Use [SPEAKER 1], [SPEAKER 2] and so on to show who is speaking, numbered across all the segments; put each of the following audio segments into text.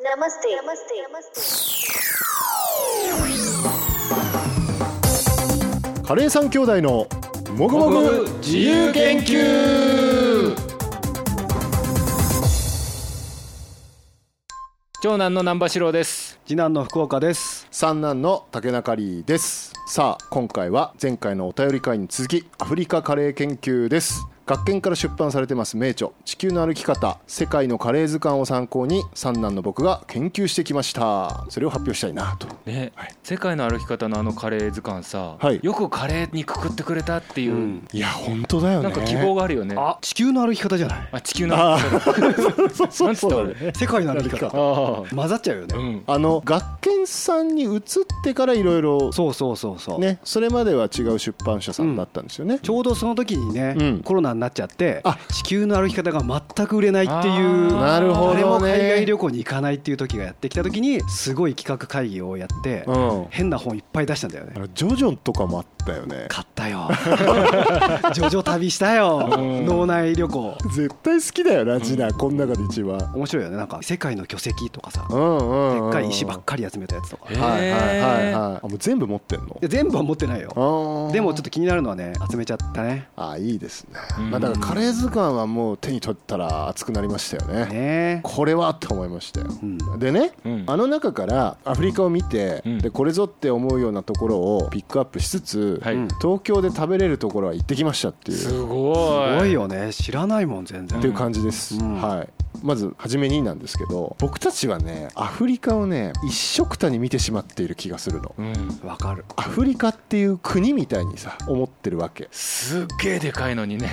[SPEAKER 1] नमस्ते नमस्ते नमस्ते
[SPEAKER 2] カレーさん兄弟のもぐもぐ自由研究
[SPEAKER 3] 長男の南波四郎です
[SPEAKER 4] 次男の福岡です。
[SPEAKER 2] 三男の竹中里ですさあ今回は前回のお便り会に続きアフリカカレー研究です学研から出版されてます名著「地球の歩き方世界のカレー図鑑」を参考に三男の僕が研究してきましたそれを発表したいなと
[SPEAKER 3] ね、
[SPEAKER 2] はい
[SPEAKER 3] 世界の歩き方のあのカレー図鑑さ、
[SPEAKER 2] はい
[SPEAKER 3] よくカレーにくくってくれたっていう、
[SPEAKER 4] うん
[SPEAKER 2] いや本当だよね
[SPEAKER 3] なんか希望があるよね
[SPEAKER 4] あ、地球の歩き方じゃない。
[SPEAKER 3] あ地球の歩き方
[SPEAKER 2] そうそうそうだ
[SPEAKER 3] なんつった
[SPEAKER 2] ね
[SPEAKER 4] 世界の歩き方。
[SPEAKER 3] あ
[SPEAKER 4] 混ざっちゃうよ
[SPEAKER 3] あう
[SPEAKER 4] ね。
[SPEAKER 3] ん
[SPEAKER 2] あの学研さんに移ってからいろいろ
[SPEAKER 4] そうそうそうそう。
[SPEAKER 2] ねそれまでは違う出版社さんだったんですよね、
[SPEAKER 4] ちょうどその時にね、
[SPEAKER 2] うん
[SPEAKER 4] コロナになっちゃって
[SPEAKER 2] あ
[SPEAKER 4] 地球の歩き方が全く売れないってい
[SPEAKER 3] あ
[SPEAKER 4] う
[SPEAKER 3] ー
[SPEAKER 2] なるほどね
[SPEAKER 4] 誰も海外旅行に行かないっていう時がやってきた時にすごい企画会議をやって、
[SPEAKER 2] うん
[SPEAKER 4] 変な本いっぱい出したんだよね
[SPEAKER 2] あ。のジョジョとかもあったよね
[SPEAKER 4] 買っ たよ。ジョジョ旅したよ。
[SPEAKER 3] ん
[SPEAKER 4] 脳内旅行。
[SPEAKER 2] 絶対好きだよな次男こん中で一番
[SPEAKER 4] 面白いよね。なんか世界の巨石とかさ
[SPEAKER 2] う、んうんうん、
[SPEAKER 4] でっかい石ばっかり集めたやつとか。
[SPEAKER 3] へ
[SPEAKER 4] い
[SPEAKER 3] ー
[SPEAKER 2] はいはいはいはいあもう全部持ってんの
[SPEAKER 4] や全部は持ってないよ。
[SPEAKER 2] あー
[SPEAKER 4] でもちょっと気になるのはね集めちゃったね。
[SPEAKER 2] あいいですね、
[SPEAKER 3] うん
[SPEAKER 2] まあ、だからカレー図鑑はもう手に取ったら熱くなりましたよね
[SPEAKER 4] ね
[SPEAKER 2] これはって思いましたよ、
[SPEAKER 4] うん
[SPEAKER 2] でね、
[SPEAKER 3] うん
[SPEAKER 2] あの中からアフリカを見て、
[SPEAKER 3] うん
[SPEAKER 2] でこれぞって思うようなところをピックアップしつつ、
[SPEAKER 3] はい
[SPEAKER 4] うん
[SPEAKER 2] 東京で食べれるところは行ってきましたっていう
[SPEAKER 3] すごい
[SPEAKER 4] すごいよね知らないもん全
[SPEAKER 2] っ
[SPEAKER 4] 然
[SPEAKER 2] ていう感じです、
[SPEAKER 4] うん
[SPEAKER 2] はいまず初めになんですけど僕たちはねアフリカをね一色たに見てしまっている気がするの
[SPEAKER 3] うん
[SPEAKER 4] わかる
[SPEAKER 2] アフリカっていう国みたいにさ思ってるわけ
[SPEAKER 3] すっげえでかいのにね、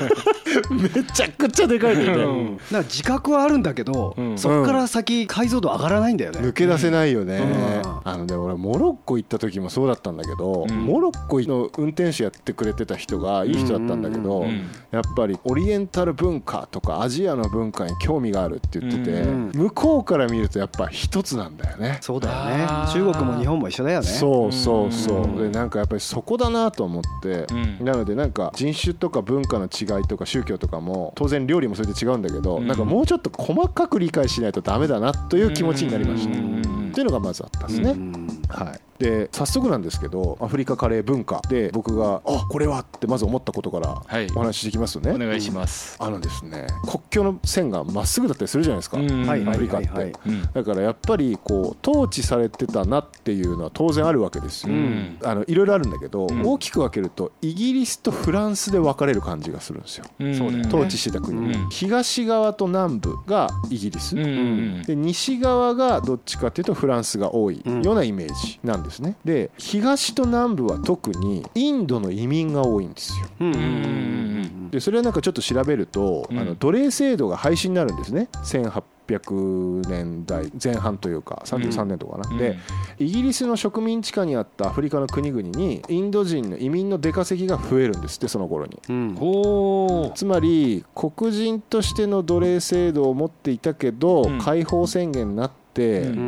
[SPEAKER 2] めちゃくちゃでかい
[SPEAKER 3] うん
[SPEAKER 2] のね
[SPEAKER 4] なんか自覚はあるんだけど、
[SPEAKER 3] うん
[SPEAKER 4] そこから先解像度上がらないんだよね、
[SPEAKER 2] 抜け出せないよね、
[SPEAKER 4] うん
[SPEAKER 2] あのね俺モロッコ行った時もそうだったんだけど、
[SPEAKER 3] うん
[SPEAKER 2] モロッコの運転手やってくれてた人がいい人だったんだけど、
[SPEAKER 3] うんうん
[SPEAKER 2] やっぱりオリエンタル文化とかアジアの文化に興味があるって言ってて、
[SPEAKER 3] うん
[SPEAKER 2] 向こうから見るとやっぱ一つなんだよね
[SPEAKER 4] そうだよね
[SPEAKER 3] あー
[SPEAKER 4] 中国も日本も一緒だよね
[SPEAKER 2] そうそうそう、
[SPEAKER 3] うん
[SPEAKER 2] でなんかやっぱりそこだなと思って、
[SPEAKER 3] うん
[SPEAKER 2] なのでなんか人種とか文化の違いとか宗教とかも当然料理もそれで違うんだけど、
[SPEAKER 3] うん
[SPEAKER 2] なんかもうちょっと細かく理解しないとダメだなという気持ちになりました、
[SPEAKER 3] うんうんうん
[SPEAKER 2] っていうのがまずあったんですね、
[SPEAKER 4] うん
[SPEAKER 2] はい、で早速なんですけどアフリカカレー文化で僕が「あこれは!」ってまず思ったことから
[SPEAKER 3] はい
[SPEAKER 2] お話ししていきますね、
[SPEAKER 3] お願いします、
[SPEAKER 2] あのですね国境の線がまっすぐだったりするじゃないですか、
[SPEAKER 3] うん
[SPEAKER 4] はい
[SPEAKER 2] ア
[SPEAKER 4] は
[SPEAKER 2] フ
[SPEAKER 4] い
[SPEAKER 2] リカっ
[SPEAKER 4] は
[SPEAKER 2] て、
[SPEAKER 4] いはい
[SPEAKER 3] うん
[SPEAKER 2] だからやっぱりこう統治されてたなっていうのは当然あるわけですよ、
[SPEAKER 3] うん
[SPEAKER 2] あのいろいろあるんだけど、
[SPEAKER 3] うん
[SPEAKER 2] 大きく分けるとイギリスとフランスで分かれる感じがするんですよ
[SPEAKER 3] うん
[SPEAKER 4] そうだよね
[SPEAKER 2] 統治してた国、
[SPEAKER 3] うん
[SPEAKER 2] 東側と南部がイギリス、
[SPEAKER 3] うんうん
[SPEAKER 2] で西側がどっちかっていうとフランスが多い
[SPEAKER 4] うん
[SPEAKER 2] ようなイメージなんですねで東と南部は特にインドの移民が多いんですよ
[SPEAKER 4] うん
[SPEAKER 3] うんうん
[SPEAKER 2] でそれはなんかちょっと調べると、
[SPEAKER 3] うん
[SPEAKER 2] あの奴隷制度が廃止になるんですね1800年代前半というか33年とかかな、
[SPEAKER 3] うん
[SPEAKER 2] でイギリスの植民地下にあったアフリカの国々にインド人の移民の出稼ぎが増えるんですってその頃に
[SPEAKER 4] うん
[SPEAKER 3] ほー
[SPEAKER 2] つまり黒人としての奴隷制度を持っていたけど、
[SPEAKER 3] うん
[SPEAKER 2] 解放宣言になって。
[SPEAKER 3] うん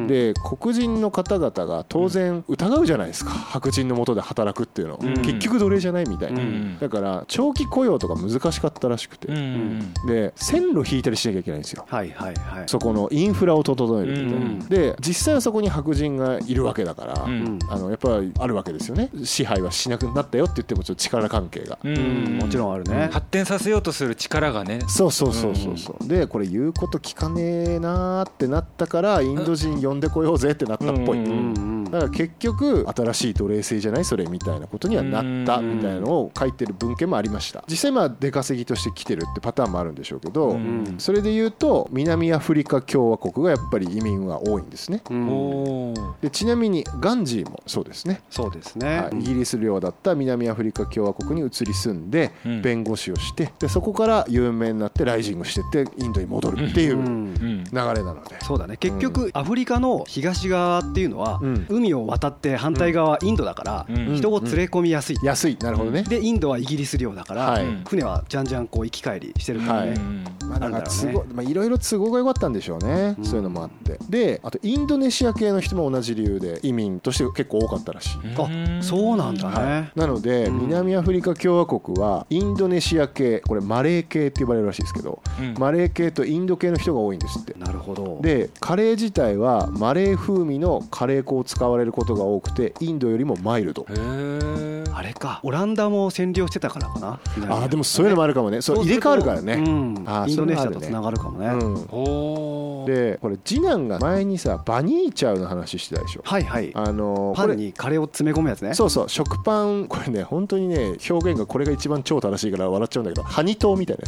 [SPEAKER 2] で黒人の方々が当然疑うじゃないですか白人のもとで働くっていうの、
[SPEAKER 4] うん
[SPEAKER 2] 結局奴隷じゃないみたいな、
[SPEAKER 3] うん
[SPEAKER 2] だから長期雇用とか難しかったらしくて、
[SPEAKER 3] うんうん
[SPEAKER 2] で線路引いたりしなきゃいけないんですよ
[SPEAKER 4] はいはいはい
[SPEAKER 2] そこのインフラを整えるみたいな、
[SPEAKER 3] うん
[SPEAKER 2] で実際はそこに白人がいるわけだから、
[SPEAKER 3] う
[SPEAKER 4] うん
[SPEAKER 3] ん
[SPEAKER 2] あのやっぱりあるわけですよね支配はしなくなったよって言ってもちょっと力関係が、
[SPEAKER 3] うん
[SPEAKER 4] うんもちろんあるね
[SPEAKER 3] 発展させようとする力がね
[SPEAKER 2] そうそうそうそうそう、でこれ言うこと聞かねえなーってなったからインド人呼んでこようぜってなったっぽい、
[SPEAKER 3] うん
[SPEAKER 4] うんうん
[SPEAKER 2] だから結局新しい奴隷制じゃないそれみたいなことにはなった
[SPEAKER 3] うん
[SPEAKER 2] みたいなのを書いてる文献もありました実際まあ出稼ぎとして来てるってパターンもあるんでしょうけど、
[SPEAKER 4] ん
[SPEAKER 2] それで言うと南アフリカ共和国がやっぱり移民は多いんですね
[SPEAKER 4] うん
[SPEAKER 3] おー
[SPEAKER 2] でちなみにガンジーもそうですね、
[SPEAKER 4] そうですね、
[SPEAKER 2] はい、イギリス領だった南アフリカ共和国に移り住んで
[SPEAKER 3] うん
[SPEAKER 2] 弁護士をしてでそこから有名になってライジングしてってインドに戻るっていうう流
[SPEAKER 4] ん
[SPEAKER 3] うん
[SPEAKER 2] れなので
[SPEAKER 4] そうだね結局アフリカの東側っていうのは
[SPEAKER 2] うん
[SPEAKER 4] 海を渡って反対側はインドだから、
[SPEAKER 3] うん
[SPEAKER 4] 人を連れ込みやすい、
[SPEAKER 2] 安いなるほどね、
[SPEAKER 4] でインドはイギリス領だから、
[SPEAKER 2] はい
[SPEAKER 3] うん
[SPEAKER 4] 船はじゃんじゃんこう行き帰りしてるからね、
[SPEAKER 2] はい
[SPEAKER 3] うん
[SPEAKER 2] まあ、なんか都
[SPEAKER 4] あるんだ
[SPEAKER 2] 合
[SPEAKER 4] ろう
[SPEAKER 2] まあいろいろ都合が良かったんでしょうね、
[SPEAKER 4] うん
[SPEAKER 2] そういうのもあってであとインドネシア系の人も同じ理由で移民として結構多かったらしい、
[SPEAKER 3] うん
[SPEAKER 4] あそうなんだね、
[SPEAKER 2] はい、なので、
[SPEAKER 4] うん
[SPEAKER 2] 南アフリカ共和国はインドネシア系これマレー系って呼ばれるらしいですけど、
[SPEAKER 3] うん
[SPEAKER 2] マレー系とインド系の人が多いんですって
[SPEAKER 4] なるほど
[SPEAKER 2] でカレー自体はマレー風味のカレー粉を使われることが多くてインドよりもマイルド
[SPEAKER 3] へえ
[SPEAKER 4] あれかオランダも占領してたからかな
[SPEAKER 2] あーでもそういうのもあるかもねそう入れ替わるから
[SPEAKER 4] う
[SPEAKER 2] ね、
[SPEAKER 4] ん
[SPEAKER 2] あー
[SPEAKER 4] インドネシアと
[SPEAKER 2] それもあるね
[SPEAKER 4] つながるかもね、
[SPEAKER 2] うん
[SPEAKER 3] おー
[SPEAKER 2] でこれ次男が前にさバニーチャウの話してたでしょ
[SPEAKER 4] はいはい
[SPEAKER 2] あのー
[SPEAKER 4] パ
[SPEAKER 2] これ
[SPEAKER 4] ンにカレーを詰め込むやつね
[SPEAKER 2] そうそう食パンこれね本当にね表現がこれが一番超正しいから笑っちゃうんだけどハニトーみたいな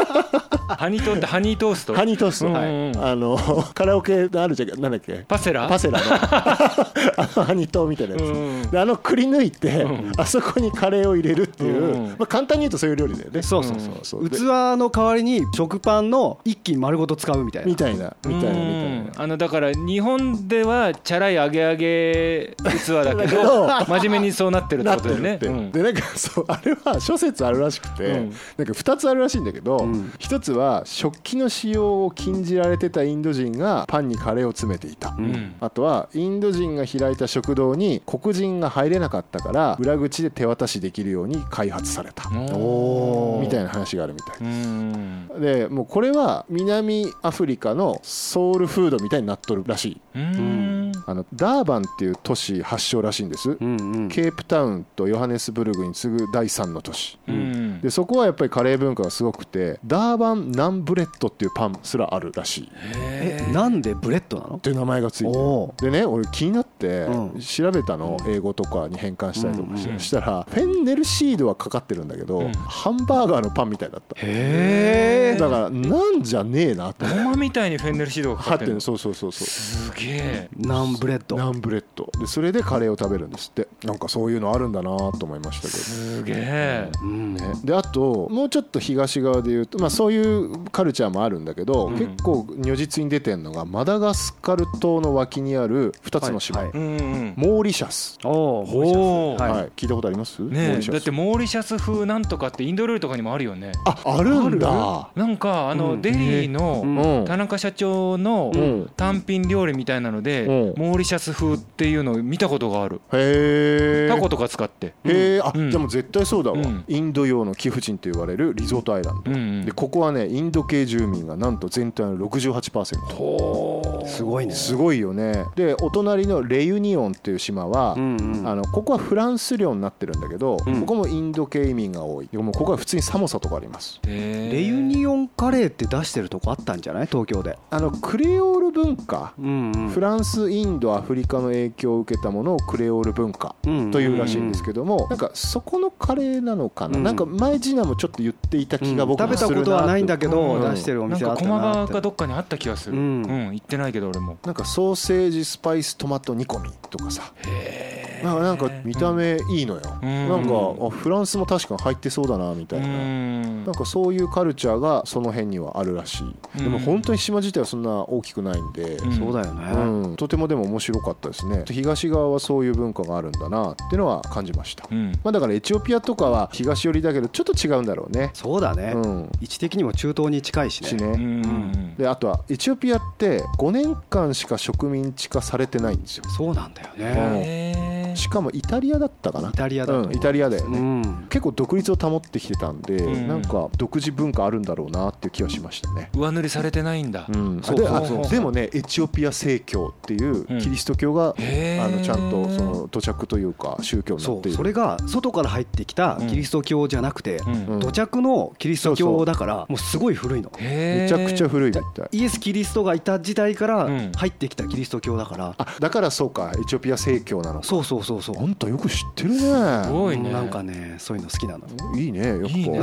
[SPEAKER 2] や
[SPEAKER 3] ハニトーってハニートースト
[SPEAKER 2] つハニトースト、
[SPEAKER 3] うん
[SPEAKER 2] はい
[SPEAKER 3] うん
[SPEAKER 2] あのカラオケのあるじゃんなんだっけ
[SPEAKER 3] パセラ
[SPEAKER 2] パセ ラのあのハニトーみたいなやつ、
[SPEAKER 3] うん
[SPEAKER 2] であのくり抜いて、
[SPEAKER 3] うん
[SPEAKER 2] あそこにカレーを入れるっていう、
[SPEAKER 3] うん
[SPEAKER 2] まあ、簡単に言うとそういう料理だよね
[SPEAKER 4] そうそう
[SPEAKER 3] そう
[SPEAKER 2] そで
[SPEAKER 4] 器の代わりに食パンの一斤丸ごと使うみたいな
[SPEAKER 2] みたいなみたいなみ
[SPEAKER 3] うん
[SPEAKER 2] たいな
[SPEAKER 3] あのだから日本ではチャラい揚げ揚げ器だけど
[SPEAKER 2] だ
[SPEAKER 3] 真面目にそうなってるって
[SPEAKER 2] なっ
[SPEAKER 3] こ
[SPEAKER 2] て
[SPEAKER 3] とだ
[SPEAKER 2] る
[SPEAKER 3] よ
[SPEAKER 2] っ
[SPEAKER 3] ね
[SPEAKER 2] て、
[SPEAKER 3] うん
[SPEAKER 2] でなんかそうあれは諸説あるらしくて、
[SPEAKER 3] うん
[SPEAKER 2] なんか2つあるらしいんだけど、
[SPEAKER 4] うん
[SPEAKER 2] 一1つは食器の使用を禁じられてたインド人がパンにカレーを詰めていた、
[SPEAKER 4] うん
[SPEAKER 3] うん
[SPEAKER 2] あとはインド人が開いた食堂に黒人が入れなかったから裏口で手渡しできるように開発された
[SPEAKER 3] おー
[SPEAKER 2] みたいな話があるみたいです
[SPEAKER 3] うん
[SPEAKER 2] でもうこれは南アフリカのソウルフードみたいになっとるらしい
[SPEAKER 3] うん
[SPEAKER 2] あのダーバンっていう都市発祥らしいんです、
[SPEAKER 4] うんうん
[SPEAKER 2] ケープタウンとヨハネスブルグに次ぐ第3の都市
[SPEAKER 3] うん
[SPEAKER 2] でそこはやっぱりカレー文化がすごくてダーバンナンブレッドっていうパンすらあるらしいっ
[SPEAKER 3] へ
[SPEAKER 4] え
[SPEAKER 3] ー
[SPEAKER 4] なんでブレッドなの
[SPEAKER 2] ていう名前がついてる
[SPEAKER 4] おー
[SPEAKER 2] でね俺気になって
[SPEAKER 4] うん
[SPEAKER 2] 調べたの、英語とかに変換したりとかし,、
[SPEAKER 3] うんうん
[SPEAKER 2] たらフェンネルシードはかかってるんだけど、
[SPEAKER 3] うん
[SPEAKER 2] ハンバーガーのパンみたいだった
[SPEAKER 4] へえ
[SPEAKER 2] だからなんじゃねえなと思って
[SPEAKER 3] ごまみたいにフェンネルシードがか
[SPEAKER 2] は
[SPEAKER 3] か
[SPEAKER 2] っ
[SPEAKER 3] ってて
[SPEAKER 2] る
[SPEAKER 3] る
[SPEAKER 2] のそうそうそうそう
[SPEAKER 3] すげえ
[SPEAKER 4] ナンブレッド
[SPEAKER 2] ナンブレッドでそれでカレーを食べるんですってなんかそういうのあるんだなと思いましたけ
[SPEAKER 3] すげえ
[SPEAKER 4] うん
[SPEAKER 2] ど、ね、であともうちょっと東側でいうと、まあ、そういうカルチャーもあるんだけど、
[SPEAKER 3] うん
[SPEAKER 2] 結構如実に出てんのがマダガスカル島の脇にある2つの島、
[SPEAKER 4] はいはい
[SPEAKER 3] うんうん
[SPEAKER 2] モーリシャス、
[SPEAKER 4] お
[SPEAKER 3] ほ
[SPEAKER 4] ー
[SPEAKER 3] ー
[SPEAKER 4] モーリシャス
[SPEAKER 2] はい
[SPEAKER 4] はい
[SPEAKER 2] 聞いたことあります、モー
[SPEAKER 3] ね
[SPEAKER 2] リ
[SPEAKER 3] え
[SPEAKER 2] シャス
[SPEAKER 3] だってモーリシャス風なんとかってインド料理とかにもあるよね
[SPEAKER 2] ああるんだ
[SPEAKER 3] なんかあ
[SPEAKER 4] う
[SPEAKER 3] の
[SPEAKER 4] ん
[SPEAKER 3] デリー
[SPEAKER 2] う
[SPEAKER 4] うん
[SPEAKER 3] の
[SPEAKER 2] ん
[SPEAKER 3] 田中社長の
[SPEAKER 2] うん
[SPEAKER 3] 単品料理みたいなので
[SPEAKER 2] うん
[SPEAKER 3] モーリシャス風っていうのを見たことがある
[SPEAKER 2] へえ
[SPEAKER 3] タコとか使って
[SPEAKER 2] へえあ
[SPEAKER 3] うん
[SPEAKER 2] でも絶対そうだわ
[SPEAKER 3] うん
[SPEAKER 2] インド洋の貴婦人と言われるリゾートアイランド
[SPEAKER 3] うんうん
[SPEAKER 2] でここはねインド系住民がなんと全体の68%
[SPEAKER 3] ほ
[SPEAKER 4] すごいね
[SPEAKER 2] すごいよねでお隣のレユニオンっていう島は、
[SPEAKER 4] うんうん
[SPEAKER 2] あのここはフランス領になってるんだけど、
[SPEAKER 4] うん
[SPEAKER 2] ここもインド系移民が多いでもうここは普通に寒さとかあります
[SPEAKER 3] レ
[SPEAKER 4] レユニオンカレーって出してるとこあったんじゃない東京で
[SPEAKER 2] あのクレオール文化、
[SPEAKER 4] うんうん
[SPEAKER 2] フランスインドアフリカの影響を受けたものをクレオール文化というらしいんですけども、なんかそこのカレーなのかな、
[SPEAKER 4] うん
[SPEAKER 2] なんか前次男もちょっと言っていた気が
[SPEAKER 4] うん
[SPEAKER 2] 僕
[SPEAKER 4] 食
[SPEAKER 2] も
[SPEAKER 4] べ
[SPEAKER 2] する
[SPEAKER 4] た
[SPEAKER 2] な
[SPEAKER 4] ことはないんだけど、
[SPEAKER 2] うん
[SPEAKER 4] 出してるお
[SPEAKER 3] なん
[SPEAKER 4] 店あ
[SPEAKER 3] か
[SPEAKER 4] った
[SPEAKER 3] 駒
[SPEAKER 4] な
[SPEAKER 3] 場
[SPEAKER 4] って
[SPEAKER 3] かどっかにあった気がする
[SPEAKER 4] う
[SPEAKER 3] うんん行ってないけど俺も
[SPEAKER 2] なんかソーセージスパイストマト煮込みとかさ
[SPEAKER 3] へ
[SPEAKER 2] なんかなんか見た目いいのよ、
[SPEAKER 3] うん
[SPEAKER 2] なんかあフランスも確かに入ってそうだなみたいな、
[SPEAKER 3] うん
[SPEAKER 2] なんかそういうカルチャーがその辺にはあるらしい、
[SPEAKER 3] うん
[SPEAKER 2] でも本当に島自体はそんな大きくないんで、
[SPEAKER 3] ん
[SPEAKER 4] そうだよ
[SPEAKER 2] う
[SPEAKER 4] ね、
[SPEAKER 2] んとてもでも面白かったですね東側はそういう文化があるんだなっていうのは感じました、
[SPEAKER 3] うん
[SPEAKER 2] まあ、だからエチオピアとかは東寄りだけどちょっと違うんだろうね
[SPEAKER 4] そうだね、
[SPEAKER 2] うん
[SPEAKER 4] 位置的にも中東に近いしね
[SPEAKER 2] しね、
[SPEAKER 3] うん
[SPEAKER 2] であとはエチオピアって5年間しか植民地化されてないんですよ
[SPEAKER 4] そうなんだよね、
[SPEAKER 3] へー
[SPEAKER 2] しかもイタリアだったかな
[SPEAKER 4] イタリアだと思う
[SPEAKER 2] うん、イタリアだよね、
[SPEAKER 4] うん
[SPEAKER 2] 結構独立を保ってきてたんで、
[SPEAKER 3] うん
[SPEAKER 2] なんか独自文化あるんだろうなっていう気はしましたね。
[SPEAKER 3] 上塗りされてないんだ
[SPEAKER 2] うん、
[SPEAKER 3] そう
[SPEAKER 2] で
[SPEAKER 3] そう
[SPEAKER 2] あ
[SPEAKER 3] そう
[SPEAKER 2] でもねエチオピア正教っていう
[SPEAKER 3] うん
[SPEAKER 2] キリスト教が、
[SPEAKER 3] へー
[SPEAKER 2] あのちゃんとその土着というか宗教になっ
[SPEAKER 4] そ
[SPEAKER 2] てい
[SPEAKER 4] う
[SPEAKER 2] る
[SPEAKER 4] それが外から入ってきたキリスト教じゃなくて、
[SPEAKER 3] うん
[SPEAKER 2] うん
[SPEAKER 4] 土着のキリスト教だからもうすごい古いの
[SPEAKER 3] へ
[SPEAKER 2] め
[SPEAKER 3] ー
[SPEAKER 2] ちゃくちゃ古いみたい。
[SPEAKER 4] イエス・キリストがいた時代から
[SPEAKER 3] うん
[SPEAKER 4] 入ってきたキリスト教だから、
[SPEAKER 2] あだからそうかエチオピア正教なのか。
[SPEAKER 4] そうそうそうそう
[SPEAKER 2] あんたよく知ってる
[SPEAKER 3] す
[SPEAKER 2] ね。
[SPEAKER 3] ごいね
[SPEAKER 4] なんかねそういうの好きなの
[SPEAKER 2] いいねよく
[SPEAKER 3] いいね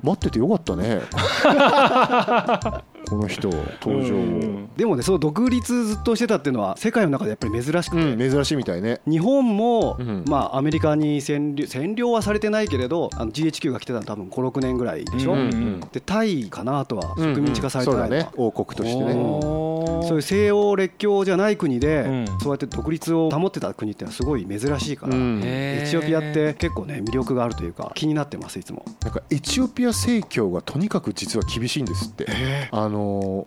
[SPEAKER 2] 待っててよかった ね。この人登場を、
[SPEAKER 3] うん
[SPEAKER 4] でもねそう独立ずっとしてたっていうのは世界の中でやっぱり珍しくて、
[SPEAKER 2] うん珍しいみたいね。
[SPEAKER 4] 日本も、
[SPEAKER 2] うん
[SPEAKER 4] まあ、アメリカに占領占領はされてないけれどあの GHQ が来てたの多分56年ぐらいでしょ、
[SPEAKER 3] うんうん
[SPEAKER 4] でタイかなあとは植民地化されてないのは、
[SPEAKER 2] うんうんそうだね王国としてね。
[SPEAKER 4] おーそういう西欧列強じゃない国で、
[SPEAKER 3] うん
[SPEAKER 4] そうやって独立を保ってた国ってのはすごい珍しいから、
[SPEAKER 2] うん
[SPEAKER 3] へー
[SPEAKER 4] エチオピアって結構ね魅力があるというか気になってますいつも
[SPEAKER 2] なんかエチオピア正教がとにかく実は厳しいんですって、あの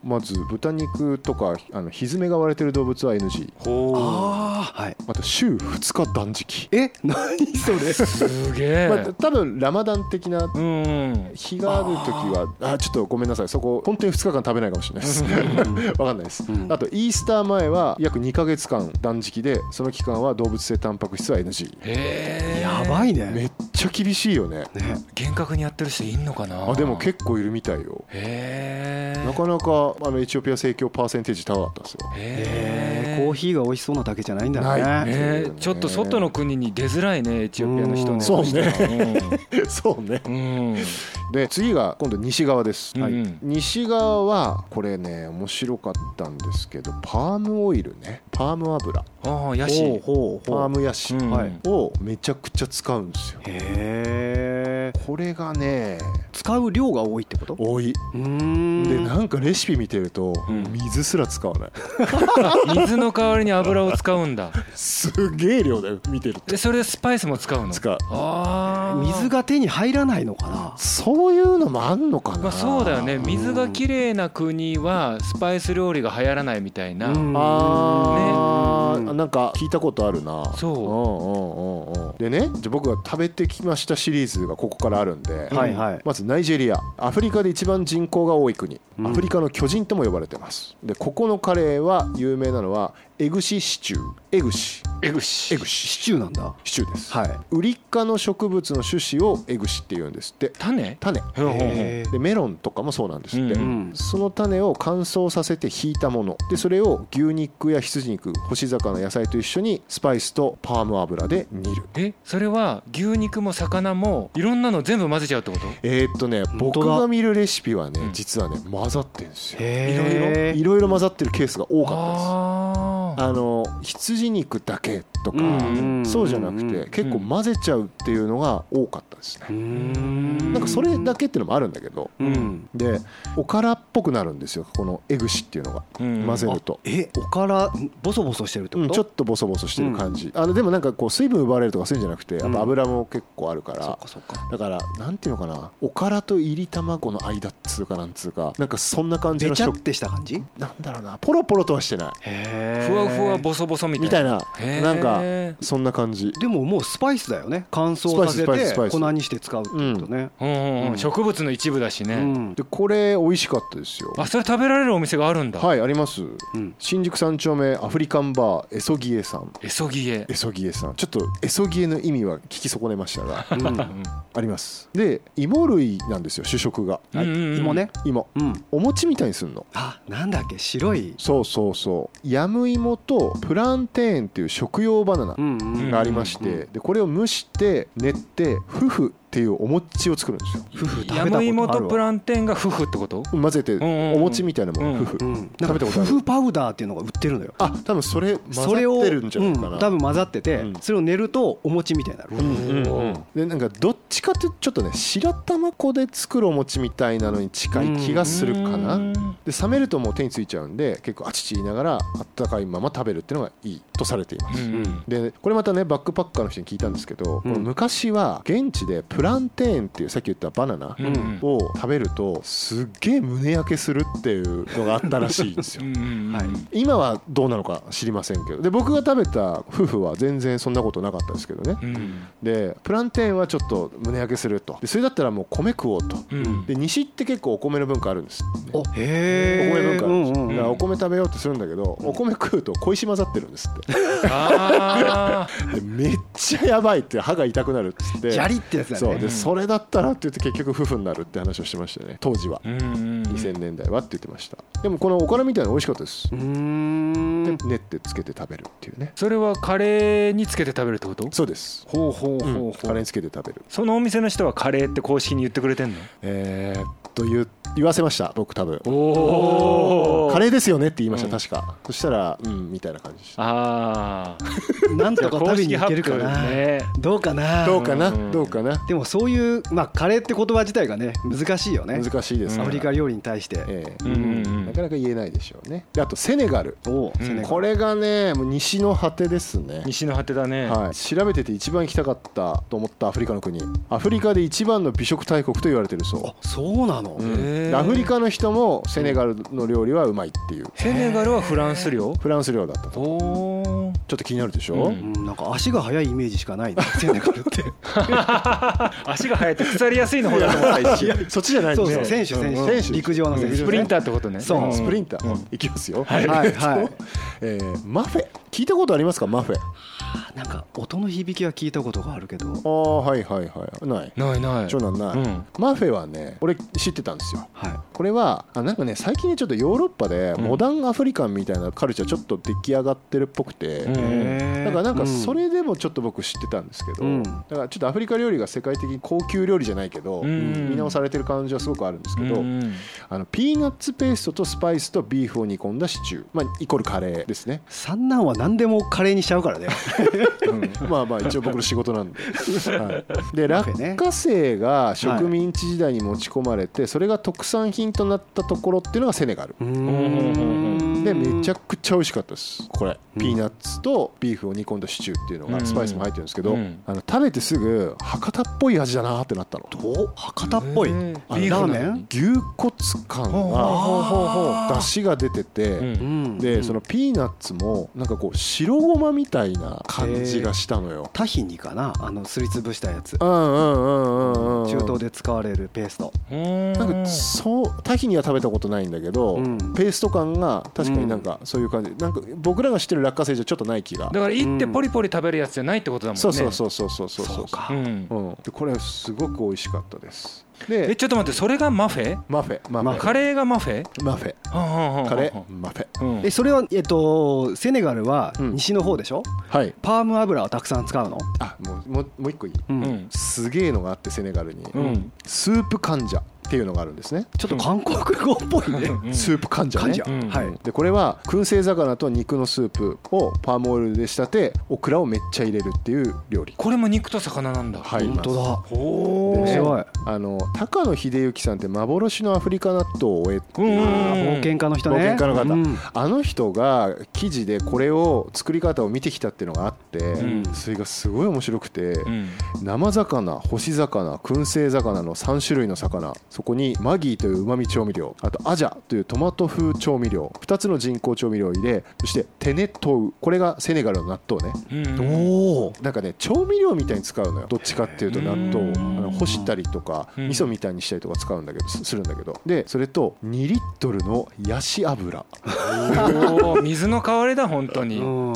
[SPEAKER 2] まず豚肉とかあのひずめが割れてる動物は NG
[SPEAKER 3] ほ
[SPEAKER 4] ああはい
[SPEAKER 2] あと週2日断食、
[SPEAKER 4] え何それ
[SPEAKER 3] うすげえ、
[SPEAKER 2] まあ、多分ラマダン的な
[SPEAKER 3] うんうん
[SPEAKER 2] 日がある時はあちょっとごめんなさいそこ本当に2日間食べないかもしれないです 分かんないです、
[SPEAKER 4] うん
[SPEAKER 2] あとイースター前は約2ヶ月間断食でその期間は動物性タンパク質は NG
[SPEAKER 3] へえ
[SPEAKER 4] やばいね
[SPEAKER 2] めっちゃ厳しいよね
[SPEAKER 4] ね
[SPEAKER 3] 厳格にやってる人いんのかな
[SPEAKER 2] あでも結構いるみたいよ
[SPEAKER 3] へえ
[SPEAKER 2] なかなかあのエチオピア正教パーセンテージ高かったですよ
[SPEAKER 4] え
[SPEAKER 3] へ
[SPEAKER 4] ー
[SPEAKER 3] え
[SPEAKER 4] コーヒーが美味しそうなだけじゃないんだ
[SPEAKER 2] ない
[SPEAKER 4] ろうね
[SPEAKER 3] ねえちょっと外の国に出づらいねエチオピアの人
[SPEAKER 4] うん
[SPEAKER 3] ね
[SPEAKER 2] そうね
[SPEAKER 3] したら
[SPEAKER 2] そうね
[SPEAKER 3] うん、うん、
[SPEAKER 2] で次が今度西側です、
[SPEAKER 3] うんうん
[SPEAKER 2] はい西側はこれね面白かったんですけどパームオイルねパーム油
[SPEAKER 3] ああヤ
[SPEAKER 4] ほう
[SPEAKER 3] シ
[SPEAKER 4] ほう
[SPEAKER 2] パ
[SPEAKER 4] ほ
[SPEAKER 2] ー
[SPEAKER 4] う
[SPEAKER 2] ムヤシ
[SPEAKER 3] うん
[SPEAKER 4] はい
[SPEAKER 2] をめちゃくちゃ使うんですよ
[SPEAKER 4] へえ
[SPEAKER 2] これがね
[SPEAKER 4] 使う量が多いってこと
[SPEAKER 2] 多いう
[SPEAKER 4] ー
[SPEAKER 2] で
[SPEAKER 4] ん
[SPEAKER 2] なんかレシピ見てると
[SPEAKER 3] うん
[SPEAKER 2] 水すら使わない
[SPEAKER 3] 水の代わりに油を使うんだ
[SPEAKER 2] すげえ量だよ見てると
[SPEAKER 3] でそれでスパイスも使うの
[SPEAKER 2] 使う
[SPEAKER 3] ああ
[SPEAKER 4] 水が手に入らないのかな
[SPEAKER 2] そういうのもあんのかな、
[SPEAKER 3] まあそうだよね水がきれいな国はスパイス料理が流行らないみたいな、
[SPEAKER 4] うん
[SPEAKER 2] あー
[SPEAKER 4] ね
[SPEAKER 2] あなんか聞いたことあるな
[SPEAKER 3] そ
[SPEAKER 2] うんうんうんうんでねじゃあ僕が食べてきましたシリーズがここからあるんで、
[SPEAKER 4] はいはい
[SPEAKER 2] まずナイジェリアアフリカで一番人口が多い国
[SPEAKER 4] うん
[SPEAKER 2] アフリカの巨人とも呼ばれてますでここのカレーは有名なのはエグシシチューエグシ
[SPEAKER 3] エグシ
[SPEAKER 2] エグシ
[SPEAKER 4] シチューなんだ
[SPEAKER 2] シチューです、
[SPEAKER 4] はい
[SPEAKER 2] ウリ科の植物の種子をエグシって言うんですって
[SPEAKER 3] 種
[SPEAKER 2] 種
[SPEAKER 3] うんうんうん
[SPEAKER 4] へー
[SPEAKER 2] でメロンとかもそうなんですって、
[SPEAKER 3] うん
[SPEAKER 4] うん
[SPEAKER 2] その種を乾燥させてひいたものでそれを牛肉や羊肉干し魚野菜と一緒にスパイスとパーム油で煮る
[SPEAKER 3] えそれは牛肉も魚もいろんなの全部混ぜちゃうってこと
[SPEAKER 2] えーっとね
[SPEAKER 4] 本当
[SPEAKER 2] 僕
[SPEAKER 4] だ
[SPEAKER 2] が見るレシピはね
[SPEAKER 3] うん
[SPEAKER 2] 実はね混ざってるんですよいろいろ
[SPEAKER 4] へ
[SPEAKER 2] いろいろ混ざってるケースが多かったです
[SPEAKER 3] ああ
[SPEAKER 2] あの羊肉だけとか、
[SPEAKER 4] うんうんうん
[SPEAKER 2] そうじゃなくて結構混ぜちゃうっていうのが多かったですね、
[SPEAKER 4] うーん
[SPEAKER 2] なんかそれだけっていうのもあるんだけど、
[SPEAKER 4] うん
[SPEAKER 2] でおからっぽくなるんですよこのエグシっていうのが、
[SPEAKER 3] うん
[SPEAKER 2] 混ぜると
[SPEAKER 4] えおからボソボソしてるって
[SPEAKER 2] う
[SPEAKER 4] こ
[SPEAKER 2] ん、
[SPEAKER 4] と
[SPEAKER 2] ちょっとボソボソしてる感じ、あのでもなんかこう水分奪われるとかそういうんじゃなくてやっぱ油も結構あるから、
[SPEAKER 4] そっかそっか
[SPEAKER 2] だからなんていうのかなおからといり卵の間っつうかなんつうかなんかそんな感じ
[SPEAKER 4] べ
[SPEAKER 2] の
[SPEAKER 4] ちゃっ
[SPEAKER 2] 食
[SPEAKER 4] てした感じ
[SPEAKER 2] なんだろうなポロポロとはしてない
[SPEAKER 4] へ
[SPEAKER 3] ふわふわボソボソみ
[SPEAKER 2] みた
[SPEAKER 3] た
[SPEAKER 2] い
[SPEAKER 3] いな
[SPEAKER 2] な
[SPEAKER 3] へー
[SPEAKER 2] なんかそんな感じ
[SPEAKER 4] でももうスパイスだよね乾燥させ
[SPEAKER 2] スパイススパイス
[SPEAKER 4] て
[SPEAKER 2] スパイス
[SPEAKER 4] 粉にして使うってことね、
[SPEAKER 3] うんうんうん植物の一部だし
[SPEAKER 4] う
[SPEAKER 3] ね、
[SPEAKER 4] ん
[SPEAKER 2] でこれ美味しかったですよ
[SPEAKER 3] あそれ食べられるお店があるんだ、
[SPEAKER 2] はいあります
[SPEAKER 4] うん
[SPEAKER 2] 新宿三丁目アフリカンバーエソギエさん
[SPEAKER 3] エソギエ
[SPEAKER 2] エソギエさんちょっとエソギエの意味は聞き損ねましたが
[SPEAKER 4] うん
[SPEAKER 2] ありますで芋類なんですよ主食が
[SPEAKER 3] うんうんうん
[SPEAKER 4] 芋ね
[SPEAKER 2] 芋
[SPEAKER 4] うん
[SPEAKER 2] お餅みたいにすんの
[SPEAKER 4] あなんだっけ白い
[SPEAKER 2] そうそうそうヤムイモとプランテーンっていう食用バナナ
[SPEAKER 4] んうん
[SPEAKER 2] がありまして、
[SPEAKER 4] うん
[SPEAKER 2] でこれを蒸して練ってフフっていうお餅を作るんですよ
[SPEAKER 4] 夫婦食べた
[SPEAKER 3] ヤ
[SPEAKER 4] こと
[SPEAKER 3] ム
[SPEAKER 4] ある
[SPEAKER 3] イモとプ
[SPEAKER 4] ン
[SPEAKER 3] ランテンが夫婦ってこと
[SPEAKER 2] 混ぜて
[SPEAKER 3] んうんうん
[SPEAKER 2] お餅みたいなも
[SPEAKER 3] うんん
[SPEAKER 2] フフ
[SPEAKER 4] うんなん
[SPEAKER 2] 食べたこ
[SPEAKER 4] か夫
[SPEAKER 2] とある
[SPEAKER 4] 婦パウダーっていうのが売ってるのよ
[SPEAKER 2] あ多分それ混ざってるんじゃないか
[SPEAKER 4] う
[SPEAKER 2] なん
[SPEAKER 4] 多分混ざってて、
[SPEAKER 2] うん
[SPEAKER 4] それを練るとお餅みたいになる、
[SPEAKER 2] うんうんうんでなんかどっちかっていうとちょっとね白玉粉で作るお餅みたいなのに近い気がするかな、
[SPEAKER 3] うん
[SPEAKER 2] で冷めるともう手についちゃうんで結構あちち言いながらあったかいまま食べるっていうのがいいとされています、
[SPEAKER 3] うん
[SPEAKER 2] でこれまたねバックパッカーの人に聞いたんですけど、この昔は現地でプランテーンっていうさっき言ったバナナ
[SPEAKER 3] うんうん
[SPEAKER 2] を食べるとすっげえ胸焼けするっていうのがあったらしいんです
[SPEAKER 3] う
[SPEAKER 2] よ
[SPEAKER 3] んうん
[SPEAKER 4] はい
[SPEAKER 2] 今はどうなのか知りませんけどで僕が食べた夫婦は全然そんなことなかったですけどね
[SPEAKER 3] うん
[SPEAKER 2] でプランテーンはちょっと胸焼けするとでそれだったらもう米食おうと
[SPEAKER 3] うん
[SPEAKER 2] で西って結構お米の文化あるんですってね
[SPEAKER 4] お
[SPEAKER 2] お米文化あるんですよだ
[SPEAKER 4] へえうんうん
[SPEAKER 2] からお米食べようってするんだけどお米食うと小石混ざってるんですって
[SPEAKER 3] あ
[SPEAKER 2] でめっちゃやばいって歯が痛くなるっつって
[SPEAKER 4] 砂利ってやつだね
[SPEAKER 2] そう
[SPEAKER 3] う
[SPEAKER 2] で
[SPEAKER 3] ん
[SPEAKER 2] それだったらって言って結局夫婦になるって話をしてましたね当時は
[SPEAKER 3] ーうんうん
[SPEAKER 2] 2000年代はって言ってましたでもこのおからみたいなの美味しかったです
[SPEAKER 4] うーん
[SPEAKER 2] で練ってつけて食べるっていうね
[SPEAKER 3] それはカレーにつけて食べるってこと
[SPEAKER 2] そうです
[SPEAKER 3] ほうほうほうほ
[SPEAKER 2] カレー
[SPEAKER 3] う
[SPEAKER 2] につけて食べる
[SPEAKER 3] そのお店の人はカレーって公式に言ってくれてんの
[SPEAKER 2] えーっと言う言わせました僕多分
[SPEAKER 3] お
[SPEAKER 2] カレーですよねって言いました
[SPEAKER 3] うん
[SPEAKER 2] 確かそしたらうんみたいな感じでした
[SPEAKER 3] ああ
[SPEAKER 4] なんとか食べに行けるかな、
[SPEAKER 3] ね
[SPEAKER 4] どうかな
[SPEAKER 2] どうかな
[SPEAKER 3] うん
[SPEAKER 2] どうかな
[SPEAKER 4] でもそういう、まあ、カレーって言葉自体がね難しいよね
[SPEAKER 2] 難しいです
[SPEAKER 3] うん
[SPEAKER 4] アフリカ料理に対して、
[SPEAKER 2] ええ
[SPEAKER 3] うんうんうん
[SPEAKER 2] なかなか言えないでしょうねであとセネガル
[SPEAKER 4] おお、
[SPEAKER 3] うん
[SPEAKER 4] セネガル
[SPEAKER 2] これがねもう西の果てですね
[SPEAKER 3] 西の果てだね、
[SPEAKER 2] はい、調べてて一番行きたかったと思ったアフリカの国アフリカで一番の美食大国と言われてるそ
[SPEAKER 4] そうなの、
[SPEAKER 2] う、う
[SPEAKER 3] へ
[SPEAKER 2] ん、
[SPEAKER 3] ー
[SPEAKER 2] アフリカの人もセネガルの料理はうまいっていう
[SPEAKER 3] セネガルはフランス領
[SPEAKER 2] フランス料理だったと
[SPEAKER 3] おー
[SPEAKER 2] ちょっと気になるでしょ、
[SPEAKER 3] うん
[SPEAKER 4] うんなんか足が速いイメージしかないねセネガルって
[SPEAKER 3] 足が速いって腐りやすいの方だと思った一瞬
[SPEAKER 2] そっちじゃないん
[SPEAKER 4] そ
[SPEAKER 2] で
[SPEAKER 4] う
[SPEAKER 2] す
[SPEAKER 4] そう
[SPEAKER 2] よ
[SPEAKER 4] 選手選
[SPEAKER 2] うん
[SPEAKER 4] 手
[SPEAKER 2] 選手
[SPEAKER 4] 陸上の選手
[SPEAKER 3] スプリンターってことね
[SPEAKER 4] そうん
[SPEAKER 2] スプリンター、
[SPEAKER 3] うん
[SPEAKER 2] いきますよ
[SPEAKER 4] はいはい
[SPEAKER 2] えーマフェ聞いたことありますかマフェ
[SPEAKER 4] あなんか音の響きは聞いたことがあるけど
[SPEAKER 2] ああはいはいはいない
[SPEAKER 3] ないない
[SPEAKER 2] 長男ない、
[SPEAKER 3] うん
[SPEAKER 2] マフェはね俺知ってたんですよ
[SPEAKER 4] は
[SPEAKER 2] これはあなんかね最近ねちょっとヨーロッパで
[SPEAKER 3] うん
[SPEAKER 2] モダンアフリカンみたいなカルチャーちょっと出来上がってるっぽくて、
[SPEAKER 3] うん
[SPEAKER 2] だからなん
[SPEAKER 4] う
[SPEAKER 2] か
[SPEAKER 4] ん
[SPEAKER 2] それでもちょっと僕知ってたんですけど、
[SPEAKER 4] うん
[SPEAKER 2] だからちょっとアフリカ料理が世界的に高級料理じゃないけど、
[SPEAKER 3] うん
[SPEAKER 2] 見直されてる感じはすごくあるんですけど、
[SPEAKER 3] うん
[SPEAKER 2] あのピーナッツペーストとスパイスとビーフを煮込んだシチュー、まあ、イコールカレーですね
[SPEAKER 4] い三男は何でもカレーにしちゃうからね
[SPEAKER 2] まあまあ一応僕の仕事 なんで、はい、で
[SPEAKER 4] マ
[SPEAKER 2] 落
[SPEAKER 4] フェね
[SPEAKER 2] 花生が植民地時代に持ち込まれてそれが特産品となったところっていうのがセネガル
[SPEAKER 4] う
[SPEAKER 2] でめちゃ
[SPEAKER 4] く
[SPEAKER 2] くちゃ美味しかったですこれ
[SPEAKER 4] うん
[SPEAKER 2] ピーナッツとビーフを煮込んだシチューっていうの
[SPEAKER 3] う
[SPEAKER 2] が
[SPEAKER 3] ん
[SPEAKER 2] スパイスも入ってるんですけど、
[SPEAKER 3] うん
[SPEAKER 2] あの食べてすぐ博多っぽい味だなってなったの
[SPEAKER 4] お博多っぽい
[SPEAKER 3] へー
[SPEAKER 4] あラ
[SPEAKER 3] ビーフ
[SPEAKER 4] ーメン
[SPEAKER 2] 牛骨感
[SPEAKER 3] ほうほうほうほう
[SPEAKER 2] が出汁が出てて
[SPEAKER 3] うん
[SPEAKER 4] ん
[SPEAKER 2] でそのピーナッツもなんかこう白ごまみたいな感じがしたのよ
[SPEAKER 4] タヒニかなあのすりつぶしたやつ
[SPEAKER 2] うんうんうんうんうん
[SPEAKER 4] 中東で使われるペースト
[SPEAKER 2] なんかそうタヒには食べたことないんだけど、
[SPEAKER 4] うん
[SPEAKER 2] ペースト感が確かになんかそういう感じ、なんか僕らが知ってる落花生じゃちょっとない気が、
[SPEAKER 3] だから行って
[SPEAKER 4] うん
[SPEAKER 3] ポリポリ食べるやつじゃないってことだもんね
[SPEAKER 2] そうそうそうそうそうそう
[SPEAKER 4] そうか
[SPEAKER 3] うん
[SPEAKER 2] うん、でこれすごく美味しかったですで
[SPEAKER 3] えちょっと待ってそれがマフェ
[SPEAKER 2] マフェマフ
[SPEAKER 4] マ
[SPEAKER 2] ェ
[SPEAKER 4] フ
[SPEAKER 3] カレーがマフェ
[SPEAKER 2] マフェカ
[SPEAKER 3] カ
[SPEAKER 2] レーマフェ
[SPEAKER 3] うん
[SPEAKER 4] えそれはえっとセネガルは
[SPEAKER 2] うん
[SPEAKER 4] 西の方でしょ、
[SPEAKER 2] はい
[SPEAKER 4] パーム油をたくさん使うの、
[SPEAKER 2] あもうもうもう一個いい、
[SPEAKER 4] うん
[SPEAKER 3] うん
[SPEAKER 2] すげえのがあってセネガルに、
[SPEAKER 3] うん
[SPEAKER 2] スープ患者っていうのがあるんですね、
[SPEAKER 4] ちょっと韓国語っぽいね、
[SPEAKER 3] うん
[SPEAKER 2] スープ患者
[SPEAKER 4] 感
[SPEAKER 2] ね
[SPEAKER 4] じや、
[SPEAKER 3] うん
[SPEAKER 4] はい、
[SPEAKER 2] でこれは燻製魚と肉のスープをパームオイルで仕立てオクラをめっちゃ入れるっていう料理
[SPEAKER 3] これも肉と魚なんだ
[SPEAKER 2] はい
[SPEAKER 4] 本当だ
[SPEAKER 3] ほ
[SPEAKER 2] で
[SPEAKER 4] 面
[SPEAKER 2] ね
[SPEAKER 4] 白い
[SPEAKER 2] あの高野秀之さんって幻のアフリカ納豆を終え
[SPEAKER 3] うんうん
[SPEAKER 4] 冒険家の人ね
[SPEAKER 2] 冒険家の方
[SPEAKER 4] うん
[SPEAKER 2] あの人が記事でこれを作り方を見てきたっていうのがあって、
[SPEAKER 3] ん
[SPEAKER 2] それがすごい面白くて、
[SPEAKER 3] うん
[SPEAKER 2] 生魚干し魚燻製魚の3種類の魚そこにマギーといううまみ調味料あとアジャというトマト風調味料2つの人工調味料を入れそしてテネトウこれがセネガルの納豆ね
[SPEAKER 3] うん
[SPEAKER 2] おなんかね調味料みたいに使うのよどっちかっていうと納豆を
[SPEAKER 3] うん
[SPEAKER 2] あの干したりとか
[SPEAKER 3] うん
[SPEAKER 2] 味噌みたいにしたりとか使うんだけどすするんだけどでそれと2リットルのヤシ油
[SPEAKER 3] おー水の代わりだ本当に
[SPEAKER 4] うん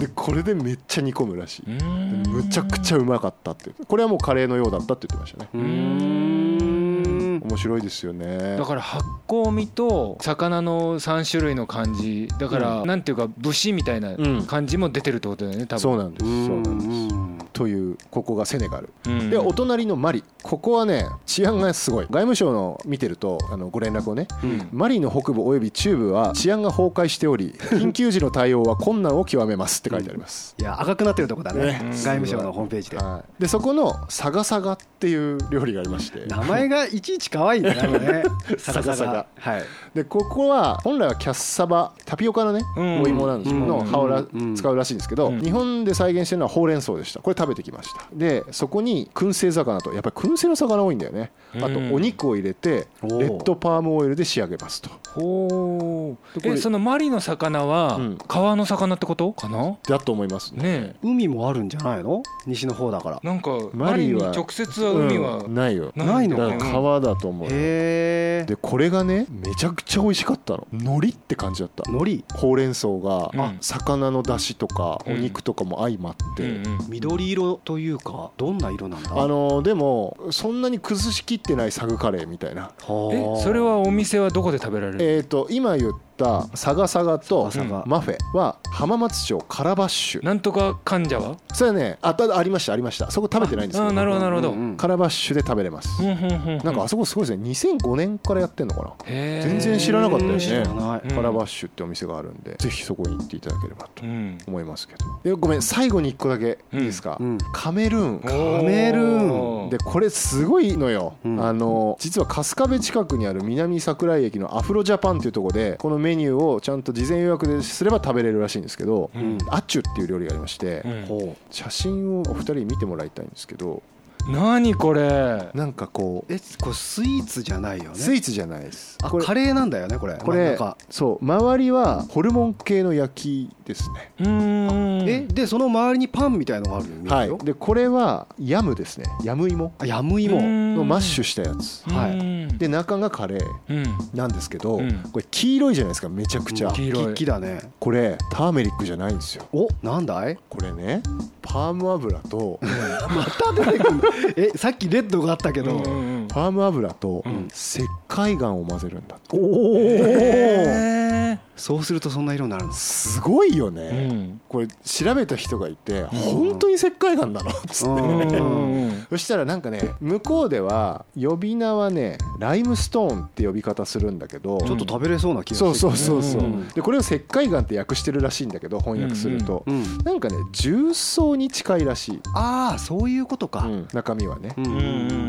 [SPEAKER 2] でこれでめっちゃ煮込むらしいでむ
[SPEAKER 3] む
[SPEAKER 2] ちゃくちゃうまかったってこれはもうカレーのようだったって言ってましたね
[SPEAKER 4] うーん
[SPEAKER 2] 面白いですよね
[SPEAKER 3] だから発酵味と魚の3種類の感じだから、なんていうか武士みたい
[SPEAKER 2] う
[SPEAKER 3] な
[SPEAKER 2] ん
[SPEAKER 3] 感じも出てるってことだよね多分
[SPEAKER 2] そうなんですそうなんですというここがセネガル
[SPEAKER 3] うん
[SPEAKER 2] でお隣のマリここはね治安がすごい外務省の見てるとあのご連絡をね
[SPEAKER 3] うん
[SPEAKER 2] マリの北部および中部は治安が崩壊しており緊急時の対応は困難を極めますって書いてあります、
[SPEAKER 4] いや赤くなってるとこだね
[SPEAKER 2] ね
[SPEAKER 4] 外務省のホームページで
[SPEAKER 2] はい、でそこのサガサガっていう料理がありまして
[SPEAKER 4] 名前がいちいち可愛いん だねサガサガ
[SPEAKER 2] サガ
[SPEAKER 4] はい
[SPEAKER 2] でここは本来はキャッサバタピオカのね、
[SPEAKER 3] うん
[SPEAKER 2] お芋なんですけど、
[SPEAKER 4] うん
[SPEAKER 2] の葉をら
[SPEAKER 4] うん
[SPEAKER 2] 使うらしいんですけど、
[SPEAKER 3] うん
[SPEAKER 2] 日本で再現してるのはほうれん草でしたこれ食べてきましたでそこに燻製魚とやっぱり燻製の魚多いんだよねあと
[SPEAKER 3] うん
[SPEAKER 2] お肉を入れてレ
[SPEAKER 4] おー
[SPEAKER 2] ッドパームオイルで仕上げますと
[SPEAKER 3] ほう
[SPEAKER 2] これ
[SPEAKER 3] えそのマリの魚は
[SPEAKER 2] うん
[SPEAKER 3] 川の魚ってことかな
[SPEAKER 2] だと思います
[SPEAKER 3] ね
[SPEAKER 4] 海もあるんじゃないの西の方だから
[SPEAKER 3] えなんか
[SPEAKER 2] マ
[SPEAKER 3] マ
[SPEAKER 2] リ
[SPEAKER 3] リ
[SPEAKER 2] は
[SPEAKER 3] に直接は海は
[SPEAKER 2] うんないよ
[SPEAKER 4] ないの
[SPEAKER 2] だ
[SPEAKER 4] か
[SPEAKER 2] から
[SPEAKER 3] うん
[SPEAKER 2] 川だと思うよ
[SPEAKER 4] へえ
[SPEAKER 2] でこれがねめちゃくちゃ美味しかったの海苔って感じだった
[SPEAKER 4] 海苔
[SPEAKER 2] ほうれん草が
[SPEAKER 3] うん
[SPEAKER 2] 魚の出汁とかお
[SPEAKER 3] うん
[SPEAKER 2] 肉とかも相まって、
[SPEAKER 3] うんうん
[SPEAKER 4] 緑色というかどんな色なんだ
[SPEAKER 2] あのでもそんなに崩しきってないサグカレーみたいな
[SPEAKER 4] はあ
[SPEAKER 3] えそれはお店はどこで食べられる
[SPEAKER 2] えっ、と今言っったサガサガと
[SPEAKER 4] サガサガ
[SPEAKER 2] マフェは浜松町カラバッシュ
[SPEAKER 3] なんとか患者は
[SPEAKER 2] それはねあたありましたありましたそこ食べてないんですけ
[SPEAKER 3] あ
[SPEAKER 2] ど
[SPEAKER 3] あなるほどなるほど、
[SPEAKER 4] うんうん
[SPEAKER 2] カラバッシュで食べれます
[SPEAKER 3] うんうんうんうん
[SPEAKER 2] なんかあそこすごいですね2005年からやってんのかな
[SPEAKER 3] へー
[SPEAKER 2] 全然知らなかったよ
[SPEAKER 4] 知ら
[SPEAKER 2] ね
[SPEAKER 4] ない
[SPEAKER 3] うん
[SPEAKER 2] カラバッシュってお店があるんでぜひそこに行っていただければと
[SPEAKER 3] うん
[SPEAKER 2] 思いますけどえごめん最後に1個だけいいですか、
[SPEAKER 4] うん
[SPEAKER 2] カメルーン
[SPEAKER 3] カ
[SPEAKER 4] メル
[SPEAKER 3] ー
[SPEAKER 2] でこれすごいのよ、
[SPEAKER 4] うん
[SPEAKER 2] あの実は春日部近くにある南桜井駅のアフロジャパンというところでこのメニューをちゃんと事前予約ですれば食べれるらしいんですけど、
[SPEAKER 3] うん
[SPEAKER 2] アチュっていう料理がありまして、
[SPEAKER 3] うん
[SPEAKER 2] 写真をお二人に見てもらいたいんですけど
[SPEAKER 3] 何これ
[SPEAKER 2] なんかこう
[SPEAKER 4] えこれスイーツじゃないよ
[SPEAKER 2] スイ
[SPEAKER 4] ね
[SPEAKER 2] ーツじゃないです
[SPEAKER 4] あ
[SPEAKER 2] これ
[SPEAKER 4] カレーなんだよねこれ
[SPEAKER 2] こ
[SPEAKER 4] 真ん
[SPEAKER 2] れ
[SPEAKER 4] 中
[SPEAKER 2] そう周りはホルモン系の焼きですね、
[SPEAKER 3] うーん
[SPEAKER 4] えでその周りにパンみたいのがあるよ見える
[SPEAKER 2] は
[SPEAKER 4] よ
[SPEAKER 2] いでこれはヤムですねヤム芋
[SPEAKER 4] あヤムイ
[SPEAKER 3] う
[SPEAKER 4] モ
[SPEAKER 3] ん
[SPEAKER 2] のマッシュしたやつ
[SPEAKER 4] はい
[SPEAKER 3] い
[SPEAKER 2] で中がカレー
[SPEAKER 3] うん
[SPEAKER 2] なんですけど、
[SPEAKER 3] うん
[SPEAKER 2] これ黄色いじゃないですかめちゃくちゃ、
[SPEAKER 3] うん黄色い
[SPEAKER 4] 一気だね
[SPEAKER 2] これターメリックじゃないんですよ
[SPEAKER 4] おなんだい
[SPEAKER 2] これねパーム油と
[SPEAKER 4] また出てくる えさっきレッドがあったけ
[SPEAKER 3] けど
[SPEAKER 4] ど
[SPEAKER 2] パーム油と
[SPEAKER 3] うん
[SPEAKER 2] 石灰岩を混ぜるんだって
[SPEAKER 3] へー
[SPEAKER 4] そうするとそんな色になるんです
[SPEAKER 2] すごいよ
[SPEAKER 3] う
[SPEAKER 2] ね、
[SPEAKER 3] ん
[SPEAKER 2] これ調べた人がいて本当に石灰岩なのっつって
[SPEAKER 3] うん
[SPEAKER 2] そしたらなんかね向こうでは呼び名はねライムストーンって呼び方するんだけど
[SPEAKER 4] ちょっと食べれそうな気がす
[SPEAKER 2] そ
[SPEAKER 4] る
[SPEAKER 2] うそうそうそう、
[SPEAKER 4] うん
[SPEAKER 2] でこれを石灰岩って訳してるらしいんだけど翻訳すると、
[SPEAKER 4] うん
[SPEAKER 2] なんかね重曹に近いらしい、
[SPEAKER 4] ああそういうことか
[SPEAKER 2] うん中身はね、
[SPEAKER 4] うんう
[SPEAKER 3] うんうんう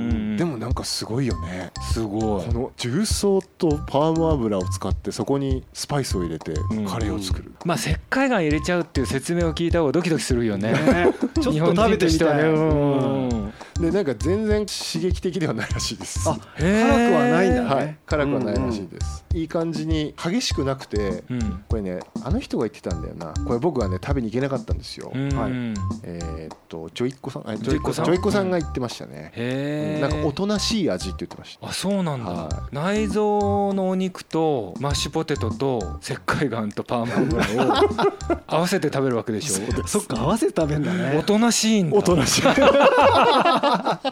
[SPEAKER 3] ん ん
[SPEAKER 2] でもなんかすごいよね
[SPEAKER 3] すごい
[SPEAKER 2] この重曹とパーム油を使ってそこにスパイスを入れて
[SPEAKER 3] ん
[SPEAKER 2] カレーを作る、
[SPEAKER 3] まあ石灰岩入れちゃうっていう説明を聞いた方がドキドキするよね
[SPEAKER 4] ねちょっと
[SPEAKER 3] 日本
[SPEAKER 4] 食
[SPEAKER 3] 人
[SPEAKER 4] べて
[SPEAKER 3] と
[SPEAKER 4] み
[SPEAKER 3] しては
[SPEAKER 4] た
[SPEAKER 3] ねう
[SPEAKER 4] い
[SPEAKER 3] ん
[SPEAKER 2] でなんか全然刺激的ではないらしいです
[SPEAKER 4] あ
[SPEAKER 3] へ
[SPEAKER 4] 辛
[SPEAKER 3] ー
[SPEAKER 4] くはないんだね
[SPEAKER 2] はい辛くはないらしいです、いい感じに激しくなくて、
[SPEAKER 3] うん
[SPEAKER 2] これねあの人が言ってたんだよなこれ僕はね食べに行けなかったんですよ、
[SPEAKER 3] うん
[SPEAKER 4] はい
[SPEAKER 2] えーっとジョイッコさんあ
[SPEAKER 3] ジョイッコさん
[SPEAKER 2] ジョイッコさんが言ってましたね、
[SPEAKER 3] へえ
[SPEAKER 2] なんかおとなしい味って言ってました
[SPEAKER 3] あそうなんだ、
[SPEAKER 2] は
[SPEAKER 3] 内臓のお肉とマッシュポテトと石灰岩とパーマ油を合わせて食べるわけでしょ
[SPEAKER 4] そっか合わせて食べんだ
[SPEAKER 3] お
[SPEAKER 4] ね
[SPEAKER 3] となしいんだ
[SPEAKER 2] おとなしい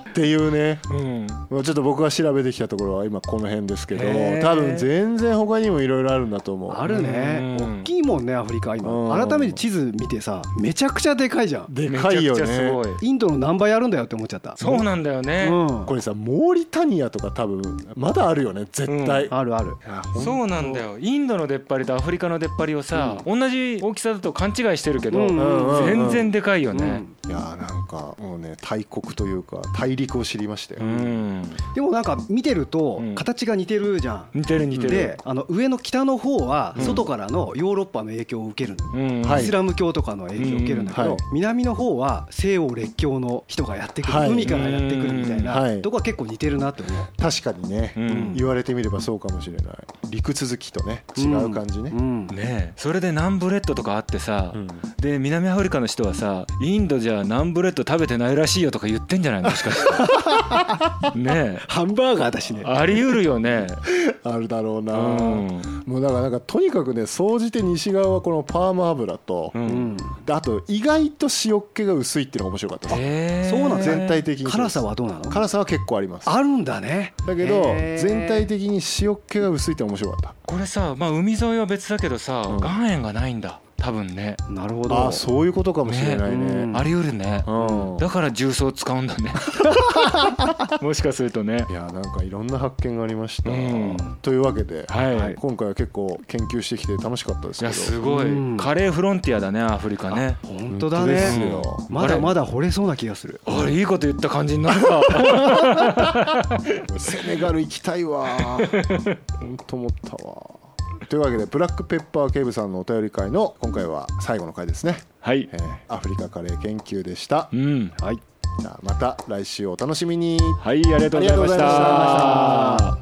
[SPEAKER 2] っていうね
[SPEAKER 3] うん
[SPEAKER 2] まあちょっと僕が調べてきたところは今この辺ですけど
[SPEAKER 3] へー
[SPEAKER 2] 多分全然他にもいろいろあるんだと思う
[SPEAKER 4] あるね
[SPEAKER 3] うん
[SPEAKER 4] 大きいもんねアフリカ
[SPEAKER 2] う
[SPEAKER 4] 今
[SPEAKER 2] ん
[SPEAKER 4] 改めて地図見てさめちゃくちゃでかいじゃん
[SPEAKER 2] で
[SPEAKER 3] め
[SPEAKER 2] かい
[SPEAKER 3] ちゃ
[SPEAKER 2] よ
[SPEAKER 3] くちゃすごい
[SPEAKER 2] ね
[SPEAKER 4] インドの何倍あるんだよって思っちゃった
[SPEAKER 3] そうなんだよね、
[SPEAKER 4] うん
[SPEAKER 2] これさモーリタニアとか多分まだあるよね絶対、
[SPEAKER 4] あるある
[SPEAKER 2] いやほん
[SPEAKER 3] そうなんだよインドの出っ張りとアフリカの出っ張りをさ、同じ大きさだと勘違いしてるけど、
[SPEAKER 4] うんうん
[SPEAKER 2] うん
[SPEAKER 3] 全然でかいよ
[SPEAKER 4] う
[SPEAKER 3] ね
[SPEAKER 4] ん
[SPEAKER 2] いやなんかもうね大国というか大陸を知りましたよ、
[SPEAKER 3] うん、
[SPEAKER 4] でもなんか見てると
[SPEAKER 3] うん
[SPEAKER 4] 形が似てるじゃん
[SPEAKER 3] 似てる似て
[SPEAKER 4] で
[SPEAKER 3] る、
[SPEAKER 4] あの上の北の方は外からのヨーロッパの影響を受ける
[SPEAKER 3] うん
[SPEAKER 2] はい
[SPEAKER 4] イスラム教とかの影響を受けるんだけ
[SPEAKER 2] うんは
[SPEAKER 4] ど
[SPEAKER 2] い
[SPEAKER 4] 南の方は西欧列強の人がやってくる
[SPEAKER 2] はい
[SPEAKER 4] 海からやってくるみたい
[SPEAKER 2] うんは
[SPEAKER 4] ないとこは結構似てるなって思う
[SPEAKER 2] 確かにね、
[SPEAKER 3] うん
[SPEAKER 2] 言われてみればそうかもしれない陸続きとね違う感じね、
[SPEAKER 4] うん
[SPEAKER 3] ねえそれでナンブレッドとかあってさ、
[SPEAKER 2] うん
[SPEAKER 3] で南アフリカの人はさインドじゃナンブレッド食べてないらしいよとか言ってんじゃないもしか してねえ
[SPEAKER 4] ハンバーガーだしね
[SPEAKER 3] あり得るよね
[SPEAKER 2] あるだろう
[SPEAKER 3] う
[SPEAKER 2] な、
[SPEAKER 3] ん
[SPEAKER 2] もうだからなんかとにかくね総じて西側はこのパーム油と、
[SPEAKER 3] う
[SPEAKER 4] うんん
[SPEAKER 2] であと意外と塩っ気が薄いっていうのが面白かったです
[SPEAKER 3] へえ
[SPEAKER 4] そうなんだ
[SPEAKER 2] 全体的に
[SPEAKER 4] 辛さはどうなの
[SPEAKER 2] 辛さは結構あります
[SPEAKER 4] あるんだね
[SPEAKER 2] だけど
[SPEAKER 4] へー
[SPEAKER 2] 全体的に塩っ気が薄いって面白かっ
[SPEAKER 3] これさまあ海沿いは別だけどさ、
[SPEAKER 2] うん
[SPEAKER 3] 岩塩がないんだ多分ね
[SPEAKER 4] なるほ
[SPEAKER 2] たあ
[SPEAKER 4] ど
[SPEAKER 2] あそういうことかもしれないね
[SPEAKER 4] うん
[SPEAKER 3] あり得るね、
[SPEAKER 2] うん
[SPEAKER 3] だから重曹使うんだ ねもしかするとね
[SPEAKER 2] いやなんかいろんな発見がありました、
[SPEAKER 3] うん
[SPEAKER 2] というわけで、
[SPEAKER 3] はい、、
[SPEAKER 4] はい
[SPEAKER 2] 今回は結構研究してきて楽しかったですけど
[SPEAKER 3] やすごい、
[SPEAKER 4] うん
[SPEAKER 3] カレーフロンティアだねアフリカね
[SPEAKER 4] 本当だ
[SPEAKER 2] 本当です
[SPEAKER 4] ね
[SPEAKER 2] よ
[SPEAKER 4] まだまだ掘れそうな気がする
[SPEAKER 3] あれいいこと言った感じになった
[SPEAKER 2] セネガル行きたいわ本当思ったわというわけでブラックペッパー警部さんのお便り会の今回は最後の回ですね、
[SPEAKER 3] はい
[SPEAKER 2] えーアフリカカレー研究でした
[SPEAKER 3] うん
[SPEAKER 4] はい
[SPEAKER 2] じゃあまた来週お楽しみに
[SPEAKER 3] はいありがとうござ
[SPEAKER 2] ありが
[SPEAKER 3] いまし
[SPEAKER 2] とうございました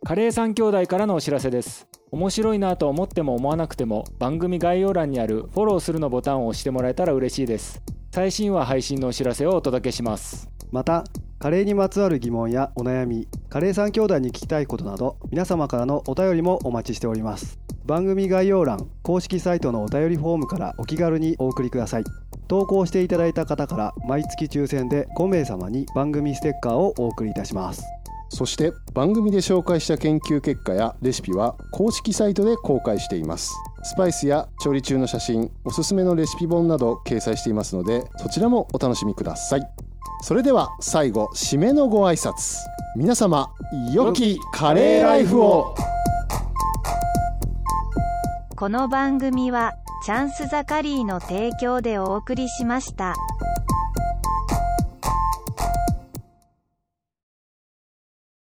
[SPEAKER 2] た
[SPEAKER 5] カレー三兄弟からのお知らせです面白いなと思っても思わなくても番組概要欄にあるフォローするのボタンを押してもらえたら嬉しいです最新話配信のお知らせをお届けします
[SPEAKER 4] またカレーにまつわる疑問やお悩みカレー三兄弟に聞きたいことなど皆様からのお便りもお待ちしております番組概要欄公式サイトのお便りフォームからお気軽にお送りください投稿していただいた方から毎月抽選で5名様に番組ステッカーをお送りいたします
[SPEAKER 2] そして番組で紹介した研究結果やレシピは公式サイトで公開していますスパイスや調理中の写真おすすめのレシピ本など掲載していますのでそちらもお楽しみくださいそれでは最後締めのご挨拶皆様良きカレーライフを
[SPEAKER 6] この番組はチャンスザカリーの提供でお送りしました。